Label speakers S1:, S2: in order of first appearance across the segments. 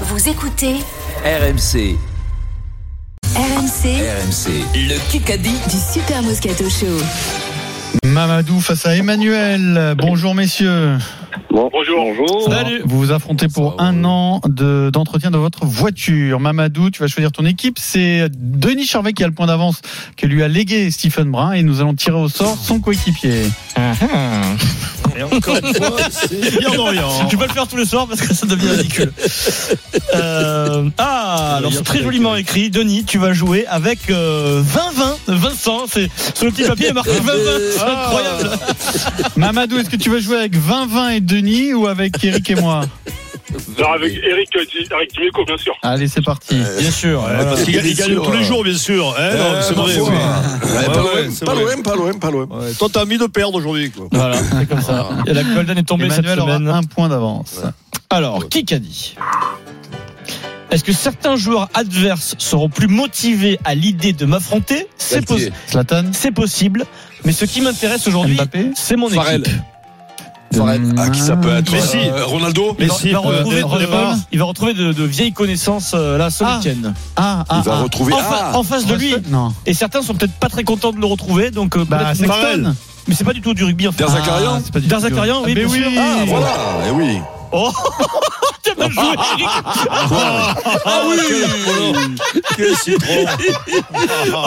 S1: Vous écoutez
S2: RMC,
S1: RMC
S2: RMC, le Kikadi.
S1: du Super Moscato Show.
S3: Mamadou face à Emmanuel. Bonjour messieurs.
S4: Bonjour. Bonjour.
S3: Vous vous affrontez pour un an de- d'entretien de, votre voiture. Mamadou, tu vas choisir ton équipe. C'est Denis Charvet qui a le point d'avance que lui a légué Stephen Brun et nous allons tirer au sort son coéquipier.
S5: hein.
S6: Tu peux le faire tous les soirs parce que ça devient ridicule. Euh, ah, alors c'est très joliment écrit. Denis, tu vas jouer avec euh, 20-20. Vincent, c'est sur le petit papier il est marqué 20-20. C'est incroyable.
S5: Ah,
S3: Mamadou, est-ce que tu vas jouer avec 20-20 et Denis ou avec Eric et moi
S4: Alors avec Eric, Eric Dimeco, bien sûr.
S3: Allez, c'est parti.
S6: Bien sûr.
S5: Ah, Parce qu'il gagne- il gagne tous les jours, bien sûr. hein, non, c'est vrai. oui. Ouais, pas l'OM, pas l'OM, pas l'OM, pas l'OM. Toi, t'as mis de perdre aujourd'hui. quoi.
S6: Voilà, c'est comme ça. Et la Golden est tombée
S3: Emmanuel
S6: cette
S3: aura
S6: semaine.
S3: un point d'avance.
S6: Alors, qui qu'a dit Est-ce que certains joueurs adverses seront plus motivés à l'idée de m'affronter C'est possi-
S3: Slatan
S6: c'est possible. Mais ce qui m'intéresse aujourd'hui,
S3: Mbappé
S6: c'est mon
S7: Farrell.
S6: équipe.
S7: Ah, qui ça peut être
S5: Messi.
S7: Euh, Ronaldo
S6: Il va, il va
S3: euh,
S6: retrouver,
S3: Denver.
S6: de,
S3: Denver.
S6: il va retrouver de, de vieilles connaissances euh, là ce
S3: Ah.
S6: week-end.
S3: Ah, ah,
S7: Il va
S3: ah.
S7: retrouver.
S6: En, fa-
S7: Ah,
S6: en face de lui.
S3: Non.
S6: Et certains sont peut-être pas très contents de le retrouver. Donc, euh,
S3: Bah,
S6: peut-être-
S3: Sexton.
S6: mais c'est pas du tout du rugby en fait.
S7: Derzakarian
S3: Ah, c'est pas du tout
S6: Derzakarian,
S3: dur.
S6: oui,
S3: Mais
S6: bien sûr.
S3: oui.
S7: Ah, voilà, eh oui.
S6: Oh, t'as mal joué, Eric.
S5: Ah oui Quel citron
S6: Ah,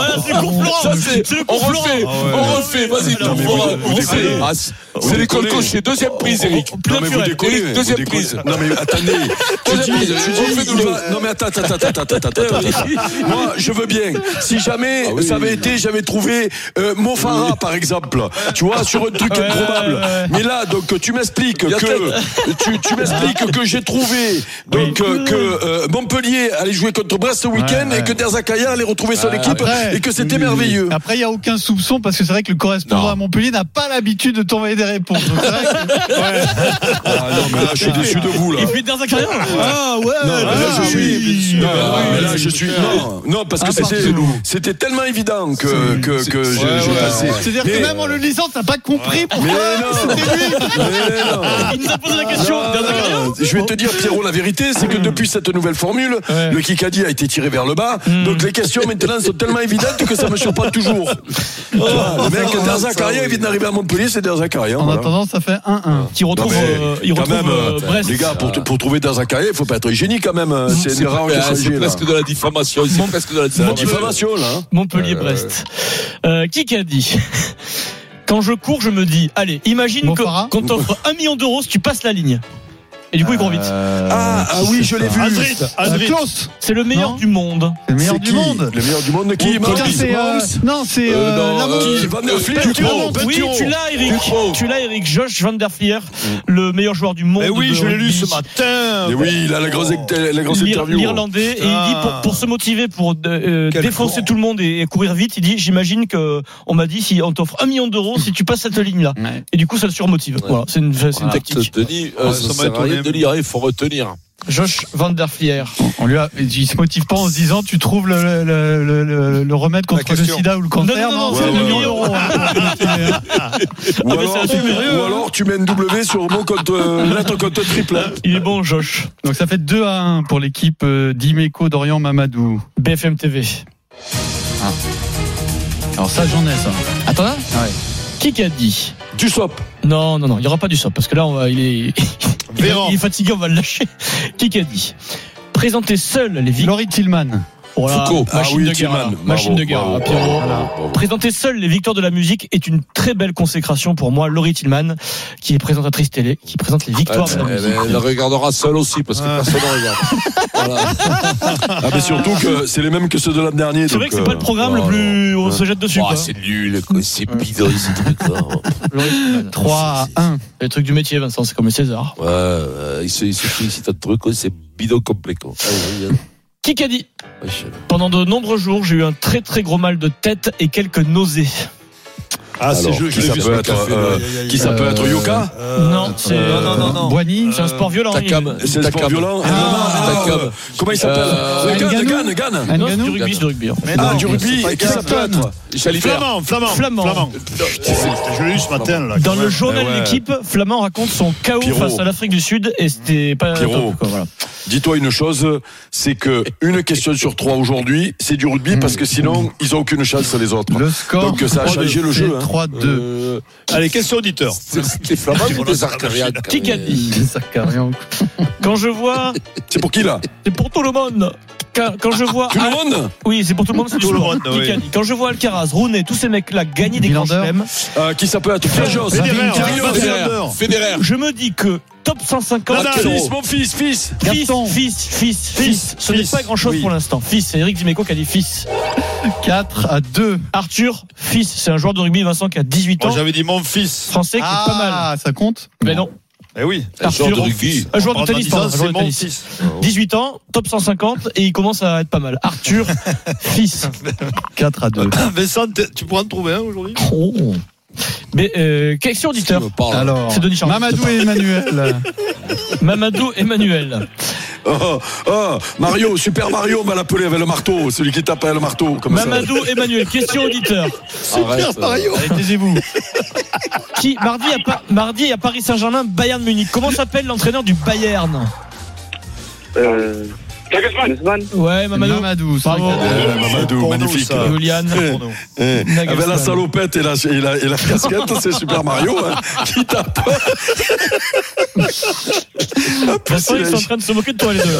S6: là, c'est le cours Florent.
S7: Ça, c'est-
S6: le
S7: on
S6: cours Florent.
S7: refait, Ah on refait, vas-y,
S6: Alors,
S7: on
S6: mais
S7: fera-
S6: vous- vous
S7: on refait.
S6: déconnez.
S7: Ah, c'est- C'est l'école cochée, deuxième prise, Eric. oh,
S6: Plus
S7: Non, mais vous
S6: naturel.
S7: déconnez,
S6: Eric,
S7: vous deuxième déconnez.
S6: prise.
S7: Non, mais attendez,
S5: Tu dis-
S7: deuxième prise,
S5: tu dis-
S7: refais-nous le- Non, mais attends, attends, attends, attends, attends, attends, attends, attends. Moi, je veux bien. Si jamais ça avait été, j'avais trouvé euh, Mofara, par exemple, tu vois, sur un truc improbable.
S6: ouais, ouais.
S7: Mais là, donc, tu m'expliques que, tu, tu m'expliques que j'ai trouvé, donc, euh, que euh, Montpellier allait jouer contre Brest ce week-end
S3: Ouais,
S7: et que Derzakaya allait retrouver son équipe
S3: Après-
S7: et que c'était
S3: Oui.
S7: merveilleux.
S3: Après, il n'y a aucun soupçon parce que c'est vrai que le correspondant
S7: Non.
S3: à Montpellier n'a pas l'habitude de t'envoyer des réponses. Donc, c'est vrai que-
S7: Ah non, mais là, je suis déçu de vous, là.
S6: Et puis Derzakarian. Ah ouais.
S7: Non, mais là,
S3: Ah,
S7: je
S3: oui,
S7: suis.
S3: bien
S7: Non,
S3: sûr.
S7: non,
S3: Ah,
S7: mais
S3: oui,
S7: là,
S3: oui,
S7: je suis. Non, non, parce que c'était, c'était tellement évident que, que, que je, je passais.
S3: C'est-à-dire
S7: Mais-
S3: que même en le lisant, t'as pas compris pourquoi
S7: Mais non.
S3: c'était lui.
S7: Mais non.
S6: Il nous a posé la question.
S7: Non,
S6: Derzakarian.
S7: non, Ah, Je vais te dire, Pierrot, la vérité, c'est que depuis cette nouvelle formule,
S6: Ouais.
S7: le Kikadi a été tiré vers le bas. Donc les questions maintenant sont tellement évidentes que ça me surprend toujours. Tu vois, le mec, Derzakarian, il vient d'arriver à Montpellier, c'est Derzakarian.
S3: En
S7: voilà.
S3: attendant, ça fait 1-1.
S6: Qui
S7: Non,
S6: retrouve.
S7: mais
S6: euh, Il
S7: quand
S6: retrouve
S7: même,
S6: euh, Brest.
S7: les gars, pour, pour trouver Derzakarian, il faut pas être génie quand même. hein. C'est, des rares qui sont
S8: Ah, C'est
S7: gés, là.
S5: hein.
S8: presque de la diffamation. C'est presque de la
S7: C'est la
S8: diffamation.
S7: diffamation, là. hein.
S6: Montpellier-Brest. Euh, qui qu'a dit Quand je cours, je me dis, allez, imagine que-
S3: Bonfara
S6: qu'on t'offre un million d'euros si tu passes la ligne. Et du coup, il court vite.
S7: Ah, ah oui, je l'ai vu.
S5: Adrit Adrit
S3: Klaus,
S6: C'est le meilleur
S3: non.
S6: du monde.
S3: le
S7: C'est
S3: meilleur du
S7: qui
S3: monde.
S7: Le meilleur du monde qui est
S3: Putain, c'est, euh, Non, c'est euh,
S8: non,
S3: Lamont.
S8: euh,
S7: Van der Fleet,
S6: Tu
S7: Dupont,
S6: l'as, oui,
S7: Dupont.
S6: tu l'as, Eric.
S7: Dupont.
S6: Tu l'as, Eric. Josh Van Der Flier, le meilleur joueur du monde.
S5: Mais oui,
S6: de
S5: je l'ai lu
S6: rugby.
S5: ce matin
S7: Et oui, il a la grosse, la grosse
S6: L'Ir-
S7: interview. hein.
S6: L'Irlandais, et il
S5: Putain.
S6: dit pour, pour se motiver, pour euh,
S5: Quel
S6: défoncer
S5: con.
S6: tout le monde et, et courir vite, il dit J'imagine que on m'a dit si on t'offre un million d'euros si tu passes cette ligne-là.
S3: Ouais.
S6: Et du coup, ça le surmotive. Voilà, c'est une, c'est une tactique.
S8: Denis, euh,
S7: Ah,
S5: Ouais,
S8: ça
S5: ça
S8: sert à
S5: m'étonne
S8: rien
S5: même.
S8: de lire, il faut retenir.
S6: Josh Van Der Flier.
S3: On lui a, il se motive pas en se disant tu trouves le, le, le, le, le remède contre le
S5: question.
S3: sida ou le cancer.
S6: non, non, non,
S3: c'est
S6: c'est
S3: le
S7: ouais,
S3: million
S7: ouais.
S3: d'euros.
S7: Ou,
S6: Ah, mais
S7: alors,
S6: c'est
S7: tu,
S6: sérieux,
S7: ou
S6: hein.
S7: alors tu mets un W sur mot contre euh, lettre contre triple. hein.
S6: Il est bon, Josh.
S3: Donc ça fait 2 à 1 pour l'équipe euh, d'Imeco d'Orient Mamadou.
S6: BFM TV.
S3: Alors ça j'en ai ça.
S6: Attends là Qui qu'a dit
S7: Du sop.
S6: Non, non, non, il n'y aura pas du sop parce que là, on va, il, est, il, est,
S5: Véran.
S6: il est fatigué, on va le lâcher. Qui qu'a dit Présenter seul les victimes.
S3: Laurie Tillman.
S6: Voilà,
S8: Foucault.
S7: Ah
S6: machine
S7: oui,
S6: de guerre.
S7: Tillman.
S6: là.
S7: Bravo,
S6: Machine de guerre,
S7: bravo,
S6: là, Pierrot.
S7: bravo,
S6: Voilà.
S7: bravo.
S6: Présenter seul les victoires de la musique est une très belle consécration pour moi. Laurie Tillman, qui est présentatrice télé, qui présente les victoires de la
S8: Elle,
S6: musique.
S8: Eh, elle regardera seule aussi parce que
S5: Ah.
S8: personne ne regarde. Voilà.
S7: Ah, mais surtout
S5: Euh,
S7: que c'est les mêmes que ceux de l'an dernier.
S6: C'est vrai
S7: donc,
S6: que c'est pas le
S7: euh,
S6: programme le plus. On se jette dessus.
S8: Oh,
S6: quoi.
S8: c'est nul, quoi, c'est bidon, ces trucs-là.
S6: Laurie Tillman.
S3: 3 à 1.
S6: Les trucs du métier, Vincent, c'est comme le César.
S8: Ouais, euh, il se, il se félicite de trucs, quoi, c'est bidon complet. quoi. Ah, oui, regarde.
S6: Qui qu'a dit
S8: Ouais, je-
S6: Pendant de nombreux jours, j'ai eu un très très gros mal de tête et quelques nausées.
S5: Ah, c'est
S7: Alors,
S5: joli, je
S7: qui
S5: l'ai
S7: ça
S5: vu
S7: peut
S5: ce
S7: être,
S5: café,
S7: euh,
S5: aïe, aïe, aïe.
S7: qui ça peut être Yoka
S6: Non, c'est.
S3: Euh,
S6: non, non, non.
S3: Boigny.
S6: C'est un sport violent. il-
S8: Takam.
S7: C'est un sport
S8: Takam.
S7: violent.
S8: Ah,
S7: Non, non,
S8: Takam.
S7: euh, Comment il s'appelle
S8: Euh,
S7: Le Gann,
S3: Nganou
S7: Gann, Gann.
S6: Non, c'est du
S3: Nganou
S6: rugby, c'est du rugby. hein. en fait.
S7: Ah, du rugby,
S5: c'est pas
S7: qui ça peut
S5: Gaëtan.
S7: être
S8: Jalibert.
S5: Flamand, flamand,
S6: Flamand.
S5: flamand. Je l'ai lu ce matin, là.
S6: Dans
S5: quand
S6: le
S5: même.
S6: journal
S7: Eh
S6: de
S7: ouais.
S6: l'équipe, Flamand raconte son chaos
S7: Pierrot.
S6: face à l'Afrique du Sud et c'était pas.
S7: Pierrot.
S6: top, quoi, voilà.
S7: Dis-toi une chose, c'est que une question sur trois aujourd'hui, c'est du rugby parce que sinon, ils ont aucune chance les autres.
S3: Le score.
S7: Donc ça a changé le jeu. hein.
S3: 3-2.
S8: Euh,
S5: Allez, question auditeur.
S8: c'est- C'était flamand ou des Arcariades quand même
S6: Kikadi.
S7: Euh.
S3: Ça carrément.
S6: Quand je vois.
S7: C'est pour qui là
S6: C'est pour tout le monde. Quand, quand je vois.
S7: Tout le monde
S6: Oui, c'est pour tout le monde, c'est
S5: Tout
S6: du
S5: le
S6: sport.
S5: monde, oui.
S6: Kikadi. Quand je vois Alcaraz, Rooney, tous ces mecs-là gagner des grands
S3: Milander.
S6: chelems,
S7: Euh, Qui ça peut être Fajos
S5: Federer,
S7: Kyrgios,
S5: Rafa
S7: Federer.
S5: Federer.
S8: Federer.
S6: je me dis que top 150.
S5: Nadal.
S6: kilos,
S7: Fils, mon fils, fils
S6: Fils,
S3: Gaston.
S6: fils, fils, fils. Ce n'est
S5: fils,
S6: pas grand chose
S5: oui.
S6: pour l'instant. Fils, c'est Eric Dimeco qui a dit fils.
S3: 4 à 2.
S6: Arthur, fils, c'est un joueur de rugby, Vincent, qui a 18
S5: Bon,
S6: ans,
S5: J'avais dit mon fils.
S6: français, qui est pas mal.
S3: Ah, ça compte
S6: Mais non,
S5: Eh oui.
S8: Un joueur de rugby.
S6: un joueur de
S5: Pendant
S6: tennis,
S5: 10
S6: pardon,
S5: ans,
S6: un joueur
S5: c'est
S6: de
S5: mon
S6: tennis.
S5: fils.
S6: 18 ans, top 150, et il commence à être pas mal. Arthur, fils.
S3: 4 à 2.
S7: Ah,
S5: Ah, Vincent, t'es- tu pourras en trouver un aujourd'hui
S6: Mais, euh, question auditeur.
S8: me parle
S3: Alors,
S6: C'est Denis Charvet.
S3: Mamadou et Emmanuel.
S6: Mamadou Emmanuel.
S7: Oh, oh, Mario, Super Mario, on va l'appeler avec le marteau, celui qui tape avec le marteau. Comme
S6: Mamadou Emmanuel, question auditeur.
S8: Arrête. euh,
S3: Allez, taisez-vous.
S6: Qui, mardi, à, Pa- mardi à Paris Saint-Germain, Bayern Munich. Comment s'appelle l'entraîneur du Bayern
S9: Euh,
S4: Nagelsmann.
S9: Guzman,
S6: Ouais, Mamadou.
S3: Mamadou, c'est
S6: Bravo.
S3: vrai
S7: ça.
S3: que-
S7: Euh, Mamadou,
S5: Pour nous,
S7: magnifique.
S5: ça.
S6: Julian.
S5: Pour nous.
S7: Eh, Avec
S6: Nagelsmann.
S7: la salopette et la, et la, et la casquette, c'est Super Mario hein, qui tape. En plus,
S6: Vincent,
S7: il
S6: ils
S7: a-
S6: sont en train de se moquer de toi, les deux.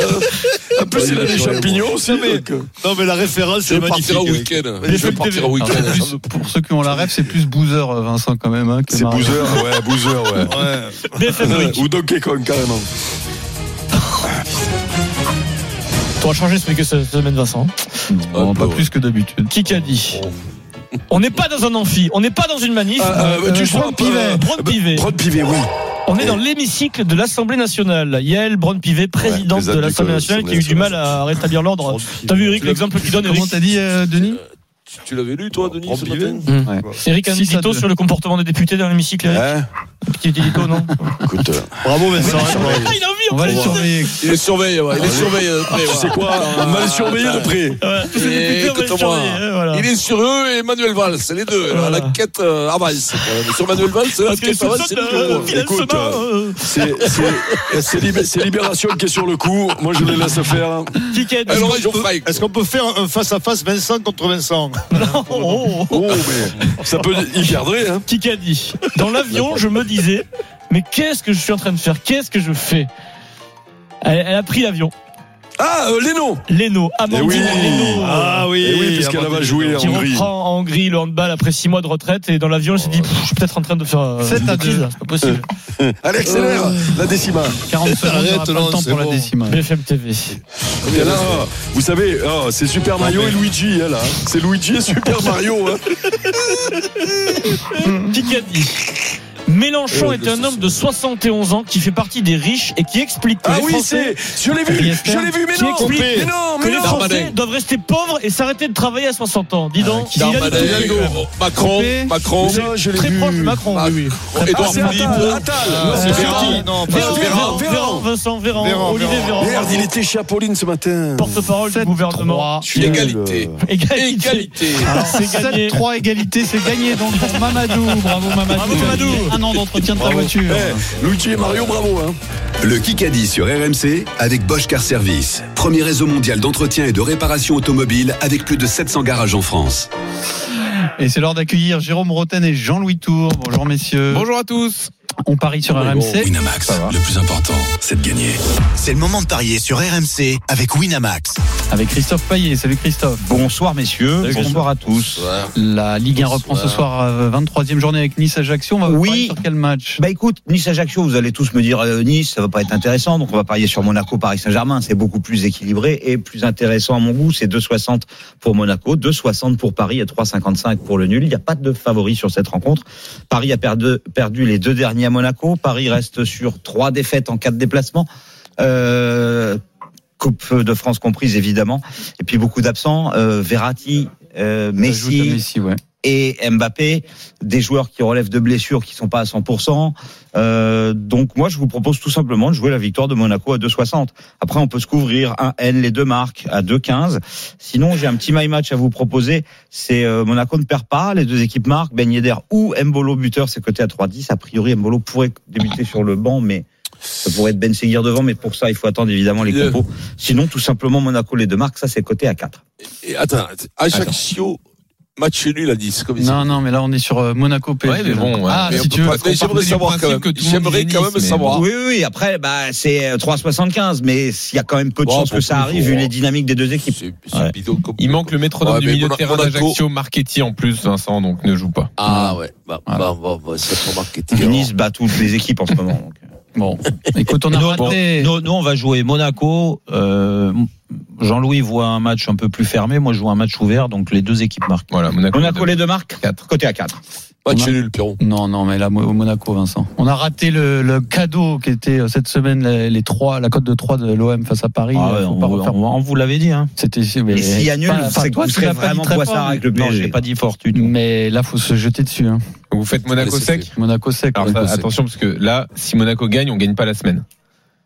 S7: en plus, il a des champignons aussi.
S5: mais-
S7: donc, euh,
S5: Non, mais la référence,
S8: Je
S5: c'est
S8: vais partir
S5: magnifique.
S8: au
S5: oui.
S8: week-end. Je vais partir au
S3: Alors,
S8: week-end.
S3: c'est plus- pour ceux qui ont la rêve, c'est plus Boozer, Vincent, quand même. hein, que
S7: C'est
S3: Mario.
S7: Boozer, ouais, Boozer, ouais.
S5: Ouais.
S6: BFM Week.
S7: Ou Donkey Kong, carrément.
S6: T'auras changé celui que cette semaine, Vincent.
S3: Bon,
S8: Ah,
S3: pas
S8: bah,
S3: plus que d'habitude.
S6: Qui qu'a dit On n'est pas dans un amphi, on n'est pas dans une manif.
S7: Euh, euh,
S3: Euh,
S7: tu
S3: Brand
S7: sois-
S6: Pivet.
S7: euh,
S6: Brand Pivet.
S7: Brand Pivet, oui.
S6: On est dans l'hémicycle de l'Assemblée nationale. Yael Braun-Pivet, présidente
S7: les
S6: de l'Assemblée
S7: adultes,
S6: nationale,
S7: euh,
S6: qui a eu du mal à rétablir l'ordre. T'as vu, Eric, l'exemple qu'il donne, Eric
S3: Comment t'as dit, euh, Denis
S8: Tu- Tu l'avais lu, toi, Denis, ce
S5: Pivet.
S8: matin
S6: Eric, un
S3: Six à
S6: édito
S3: deux.
S6: sur le comportement des députés dans l'hémicycle, Eric
S7: Hein
S6: Petit édito, non
S7: Écoute, euh,
S5: Bravo, Vincent. bravo.
S6: Ah, il a envie,
S3: On va les surveiller.
S8: Il les surveille, ouais, il les surveille. de près,
S7: Ah tu sais
S8: ouais.
S7: quoi On va le surveiller de près.
S6: Ouais, tous ces
S8: Et
S6: députés, on va les
S8: écoute-moi.
S6: surveiller, hein, voilà.
S8: Il est sur eux et Emmanuel Valls, les deux. Alors,
S6: Voilà.
S8: La quête euh, avance. quand même. Sur Emmanuel Valls, la
S6: Parce que les
S8: quête avance,
S6: soupçons
S8: c'est
S6: de,
S8: le numéro
S6: euh,
S8: un.
S6: financement,
S7: Écoute,
S6: euh,
S7: C'est c'est- c'est Lib- c'est Libération qui est sur le coup. Moi, je les laisse faire.
S6: qui qu'a dit
S8: euh, Alors, ils ont failli.
S5: Est-ce qu'on peut faire un face-à-face Vincent contre Vincent
S6: Non, oh, oh.
S7: Oh, mais ça peut. Ils perdraient, hein.
S6: Qui qu'a dit Dans l'avion, je me disais, mais qu'est-ce que je suis en train de faire Qu'est-ce que je fais elle, elle a ppris l'avion.
S7: Ah, euh, Léno
S6: Leno, Amandine
S7: oui.
S6: Leno. euh,
S5: Ah oui,
S7: Eh oui, puisqu'elle
S5: Amandine
S7: va jouer en
S6: qui
S7: Hongrie.
S6: reprend en Hongrie le handball après 6 mois de retraite et dans l'avion elle s'est dit pff, je suis peut-être en train de faire euh,
S3: Sept
S6: une
S3: à
S6: bêtise,
S3: deux.
S6: là, c'est pas possible
S7: Allez, accélère La décima.
S3: 40 secondes, on aura
S5: Arrête,
S3: pas
S5: non,
S3: le temps
S5: c'est
S3: pour la
S5: bon.
S3: décimale.
S6: BFM TV
S7: Et là, euh, vous savez, euh, c'est Super Mario et Luigi, hein, là. C'est Luigi et Super Mario. Hein.
S6: Picardie
S7: Oh,
S6: Mélenchon est un homme de 71 ans qui fait partie des riches et qui explique que
S7: Ah
S6: les
S7: oui,
S6: Français,
S7: c'est. Je l'ai vu Je l'ai vu, mais
S6: qui
S7: non
S6: explique
S7: Mais non,
S6: que
S7: mais
S6: les
S7: non
S6: Français
S8: Darmanin.
S6: doivent rester pauvres et s'arrêter de travailler à 60 ans. Dis
S7: Ah,
S6: donc, il y a du-
S8: Darmanin, Macron,
S3: Coupé.
S8: Macron,
S7: Non, je l'ai
S6: très
S7: vu.
S6: proche de Macron.
S8: Macron.
S6: oui, oui.
S7: Ah,
S8: Edouard
S7: c'est
S8: Philippe.
S7: Attal Attal Non, c'est Verdi
S5: Non,
S6: Véran,
S7: Véran,
S6: Véran,
S7: Véran.
S6: Véran, Vincent Véran,
S5: Véran,
S6: Olivier Véran,
S5: Véran.
S7: Merde, il était chez Apolline ce matin.
S6: porte-parole du gouvernement.
S7: Je suis nul.
S8: Égalité.
S6: Égalité.
S8: Égalité.
S7: Ah,
S3: Alors,
S6: C'est gagné.
S3: 7-3 égalité, c'est gagné donc pour Mamadou. Bravo Mamadou.
S6: Bravo, Mamadou.
S3: Un an d'entretien de ta
S7: Bravo.
S3: voiture.
S7: Eh, Luigi et Mario, bravo. Hein.
S10: Le Kikadi sur RMC avec Bosch Car Service. Premier réseau mondial d'entretien et de réparation automobile avec plus de 700 garages en France.
S3: Et c'est l'heure d'accueillir Jérôme Roten et Jean-Louis Tour. Bonjour messieurs.
S8: Bonjour à tous.
S3: On parie sur RMC.
S10: Winamax, le plus important, c'est de gagner.
S11: C'est le moment de parier sur RMC avec Winamax.
S3: Avec Christophe Payet. Salut Christophe.
S12: Bonsoir messieurs, bonsoir à tous.
S3: La Ligue 1 reprend ce soir, euh, 23e journée avec Nice-Ajaccio. On va vous
S12: Oui.
S3: parier sur quel match
S12: Bah écoute, Nice-Ajaccio, vous allez tous me dire euh, Nice, ça va pas être intéressant, donc on va parier sur Monaco, Paris Saint-Germain, c'est beaucoup plus équilibré et plus intéressant à mon goût, c'est 2,60 pour Monaco, 2,60 pour Paris et 3,55 pour le nul. Il n'y a pas de favori sur cette rencontre. Paris a perdu, perdu les deux derniers à Monaco, Paris reste sur trois défaites en quatre déplacements. Euh, Coupe de France comprise évidemment, et puis beaucoup d'absents, euh, Verratti, euh,
S3: Ajoute à
S12: Messi,
S3: Messi, ouais.
S12: et Mbappé, des joueurs qui relèvent de blessures qui sont pas à 100%. Euh, donc moi, je vous propose tout simplement de jouer la victoire de Monaco à 2,60. Après, on peut se couvrir un N les deux marques à 2,15. Sinon, j'ai un petit my match à vous proposer. C'est euh, Monaco ne perd pas, les deux équipes marquent, Ben Yedder ou Mbolo buteur, c'est coté à 3,10. A priori, Mbolo pourrait débuter sur le banc, mais ça pourrait être Ben Seguir devant, mais pour ça, il faut attendre évidemment les
S8: Le-
S12: compos. Sinon, tout simplement Monaco les deux marques, ça c'est coté à 4.
S8: Et attends, Ajaccio, match nul à 10. Comme
S3: Non, non, mais là on est sur euh, Monaco PSG.
S8: Ouais, mais bon, ouais.
S3: Ah,
S8: Mais
S3: si tu
S8: on peut
S3: veux.
S8: pas- mais j'aimerais savoir quand même. J'aimerais quand même savoir.
S12: Oui, oui, oui. Après, bah, c'est euh, 3,75, mais il y a quand même peu de
S8: Oh,
S12: chances que
S8: beaucoup
S12: ça
S8: plus
S12: arrive
S8: fort.
S12: vu les dynamiques des deux équipes. Ouais.
S7: Il manque le métronome
S12: Ouais,
S7: du
S12: mais
S7: milieu de
S12: Monaco-
S7: terrain
S12: Monaco-
S7: d'Ajaccio, Marchetti en plus, Vincent, donc ne joue pas.
S8: Ah ouais, bah, bah, bah, bah, c'est pour marketing.
S12: Nice bat toutes les équipes en ce moment. donc.
S3: Bon, écoute, on
S8: a
S3: raté.
S6: Nous, nous, on va jouer Monaco. euh, Jean-Louis voit un match un peu plus fermé. Moi, je joue un match ouvert. Donc, les deux équipes marquent.
S7: Voilà, Monaco.
S12: Monaco les deux marques, côté à 4.
S8: Match
S3: On a-
S8: nul, Pierrot.
S3: Non, non, mais là, Mo- Monaco, Vincent. On a raté le, le cadeau qui était euh, cette semaine les, les trois, la cote de 3 de l'OM face à Paris. Euh,
S6: Ah ouais,
S3: Faut
S6: on,
S3: pas
S6: vous-
S3: refaire-
S6: on- on vous l'avait dit. Hein.
S3: C'était.
S6: Et s'il y a nul,
S3: Enfin,
S6: c'est que
S3: toi,
S6: vous
S3: tu
S6: serez
S3: l'as pas dit
S6: vraiment
S3: très
S6: poissard
S3: fort.
S6: avec le
S3: Non,
S6: PSG.
S3: j'ai pas
S6: dit fort, tu
S3: Mais là, faut se jeter dessus. hein.
S7: Vous faites Monaco
S3: Allez, c'est
S7: sec
S3: fait. Monaco sec.
S7: Alors
S3: ouais.
S7: ça, attention, parce que là, si Monaco gagne, on gagne pas la semaine.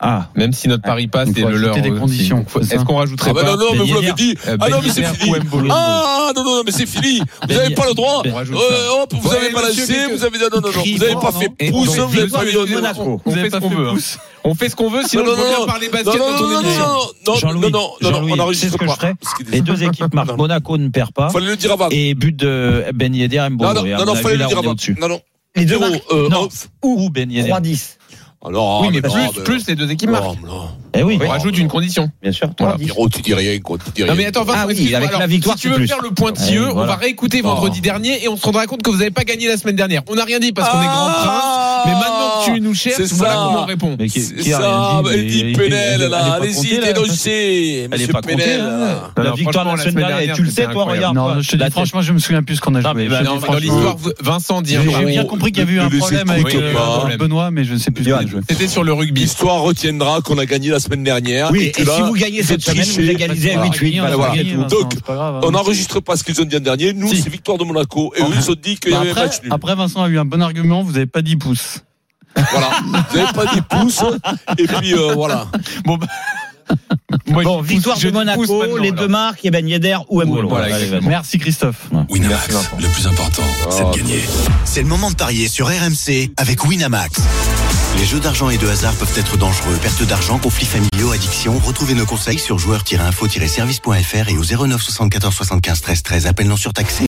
S6: Ah.
S7: Même si notre pari passe
S3: Il faut
S7: et le
S3: ajouter
S7: leur.
S3: des
S7: aussi.
S3: conditions,
S7: Donc, faut-
S3: c'est
S7: Est-ce
S3: ça.
S7: qu'on rajouterait
S8: Ah bah
S7: pas
S8: non, non, mais vous
S7: Ben
S8: l'avez dit.
S7: Yedder,
S6: Euh,
S8: Ah
S7: Ben
S8: non, mais c'est
S7: Yedder
S8: fini.
S7: ou Mbolo.
S8: Ah non, non, non, mais c'est fini. Vous
S7: Ben
S8: n'avez pas
S7: Yedder.
S8: le droit.
S7: Ben, on rajoute ça.
S8: Euh, hop, vous
S7: Ouais,
S8: n'avez pas
S7: monsieur,
S8: lancé,
S7: mais que-
S8: vous avez, non, non, non, non,
S7: Crie
S8: vous n'avez
S7: fort,
S8: pas
S7: non.
S8: fait
S7: Et
S8: pouce,
S7: donc,
S8: vous n'avez
S7: victoire
S8: pas
S7: de
S8: mis au
S7: Monaco. On fait ce qu'on veut. hein. On fait ce qu'on veut, sinon
S8: Non,
S7: je
S8: non,
S7: reviens
S8: non.
S7: parler basket
S8: Non, non,
S7: dans ton
S8: non, non,
S7: émission.
S8: non, non,
S6: Jean-Louis,
S8: non, non, non,
S6: Jean-Louis,
S8: on
S6: tu sais
S8: enregistre
S6: ce que je
S8: pas.
S6: ferais
S8: Ce
S7: hein.
S8: qui est-
S6: Les deux équipes marquent. Monaco ne perd pas.
S8: Fallait le dire avant.
S6: Et but de Ben Yedder et
S8: Non,
S6: Mbolo.
S8: non,
S6: Et à
S8: non,
S6: mon
S8: non,
S6: avis,
S8: fallait le
S6: là, on
S8: dire
S6: est
S8: avant.
S6: au-dessus.
S8: Non, non.
S12: Les deux
S8: Zéro,
S12: marques,
S8: euh,
S6: non.
S8: off.
S6: Ou Ben Yedder.
S12: 3-10.
S8: Alors,
S7: Oui, mais
S8: non,
S7: plus, plus les deux équipes
S8: non,
S7: marquent.
S8: non.
S6: Eh oui.
S7: On rajoute une condition.
S12: Bien sûr,
S7: Voilà.
S12: 3-10.
S8: Pierrot, tu dis rien, quoi, tu dis
S7: Non
S8: rien.
S7: mais attends, Vincent,
S12: Ah oui,
S7: excuse-moi.
S12: avec la
S7: Alors,
S12: victoire,
S7: si
S12: c'est
S7: tu veux
S12: plus.
S7: faire le point de
S6: Eh
S12: Ouais,
S7: CIE, on
S12: voilà.
S7: va réécouter vendredi
S6: Oh.
S7: dernier et on se rendra compte que vous n'avez pas gagné la semaine dernière. On n'a rien dit parce qu'on est grand
S6: Ah
S8: Ah.
S7: prince, mais maintenant que tu nous cherches,
S8: C'est
S7: voilà
S8: ça.
S7: comment on répond.
S6: Mais qui-
S8: C'est
S6: qui a
S8: ça,
S6: rien dit, mais
S8: elle dit
S6: il-
S8: Penel,
S6: elle est
S8: là.
S6: pas
S8: Allez-y,
S6: comptée, là.
S8: dénoncez,
S6: Elle est
S8: monsieur
S6: pas comptée.
S8: Penel.
S6: hein.
S8: là.
S6: La
S7: Non,
S6: victoire de la
S7: franchement,
S6: semaine dernière, et tu le sais,
S7: c'était
S6: toi,
S7: incroyable.
S6: regarde.
S3: Non,
S6: toi,
S3: je te
S6: la
S3: dis
S6: tête.
S3: franchement, je me souviens plus ce qu'on a
S6: Non, mais
S3: joué.
S6: bah,
S3: Je-
S6: non,
S7: Dans,
S6: mais
S7: dans l'histoire, v- Vincent dit un
S3: J'ai
S7: jour,
S3: j'ai bien compris qu'il y avait eu un
S8: ne les
S3: problème avec
S8: écoutez
S3: euh,
S8: pas.
S3: Benoît, mais je ne sais plus ce qu'on a joué.
S7: C'était sur le rugby.
S8: L'histoire retiendra qu'on a gagné la semaine dernière.
S12: Oui,
S8: que
S12: et
S8: là,
S12: si vous gagnez cette
S8: c'est
S12: semaine, vous
S8: triché.
S12: égalisez à
S3: Voilà.
S12: 8-8.
S3: Voilà,
S12: voilà.
S3: voilà.
S8: Donc,
S3: Vincent, c'est pas grave, hein.
S8: On n'enregistre pas ce qu'ils ont dit l'an dernier. Nous,
S3: Si.
S8: c'est victoire de Monaco. Et eux, ils ont dit qu'il y
S3: Bah,
S8: avait un
S3: après,
S8: match nul.
S3: après, Vincent a eu un bon argument, vous n'avez pas 10 pouces.
S8: Voilà. Vous n'avez pas des pouces. Et puis, euh, voilà.
S7: Moi,
S12: Bon,
S7: je
S12: victoire
S7: pousse- je
S12: de
S7: pousse maintenant,
S12: Monaco, les
S7: là.
S12: deux marques, et Ben Yedder ou Mbolo.
S7: Voilà,
S12: Allez,
S7: exactement.
S3: Merci Christophe.
S7: Merci,
S13: Winamax,
S7: Vincent.
S13: le plus important, c'est
S8: Ah,
S13: de gagner.
S14: C'est le moment de parier sur RMC avec Winamax.
S13: Les jeux d'argent et de hasard peuvent être dangereux. Perte d'argent, conflits familiaux, addiction. Retrouvez nos conseils sur joueurs-info-service.fr et au 09 74 75 13 13. Appel non surtaxé.